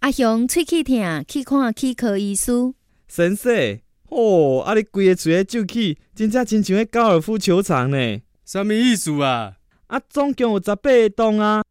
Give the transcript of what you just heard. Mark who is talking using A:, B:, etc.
A: 阿雄喙齿疼，去看齿科医师。
B: 先生，哦，啊你规个嘴个酒气，真正亲像迄高尔夫球场呢。
C: 什么意思啊？
B: 啊，总共有十八个洞啊，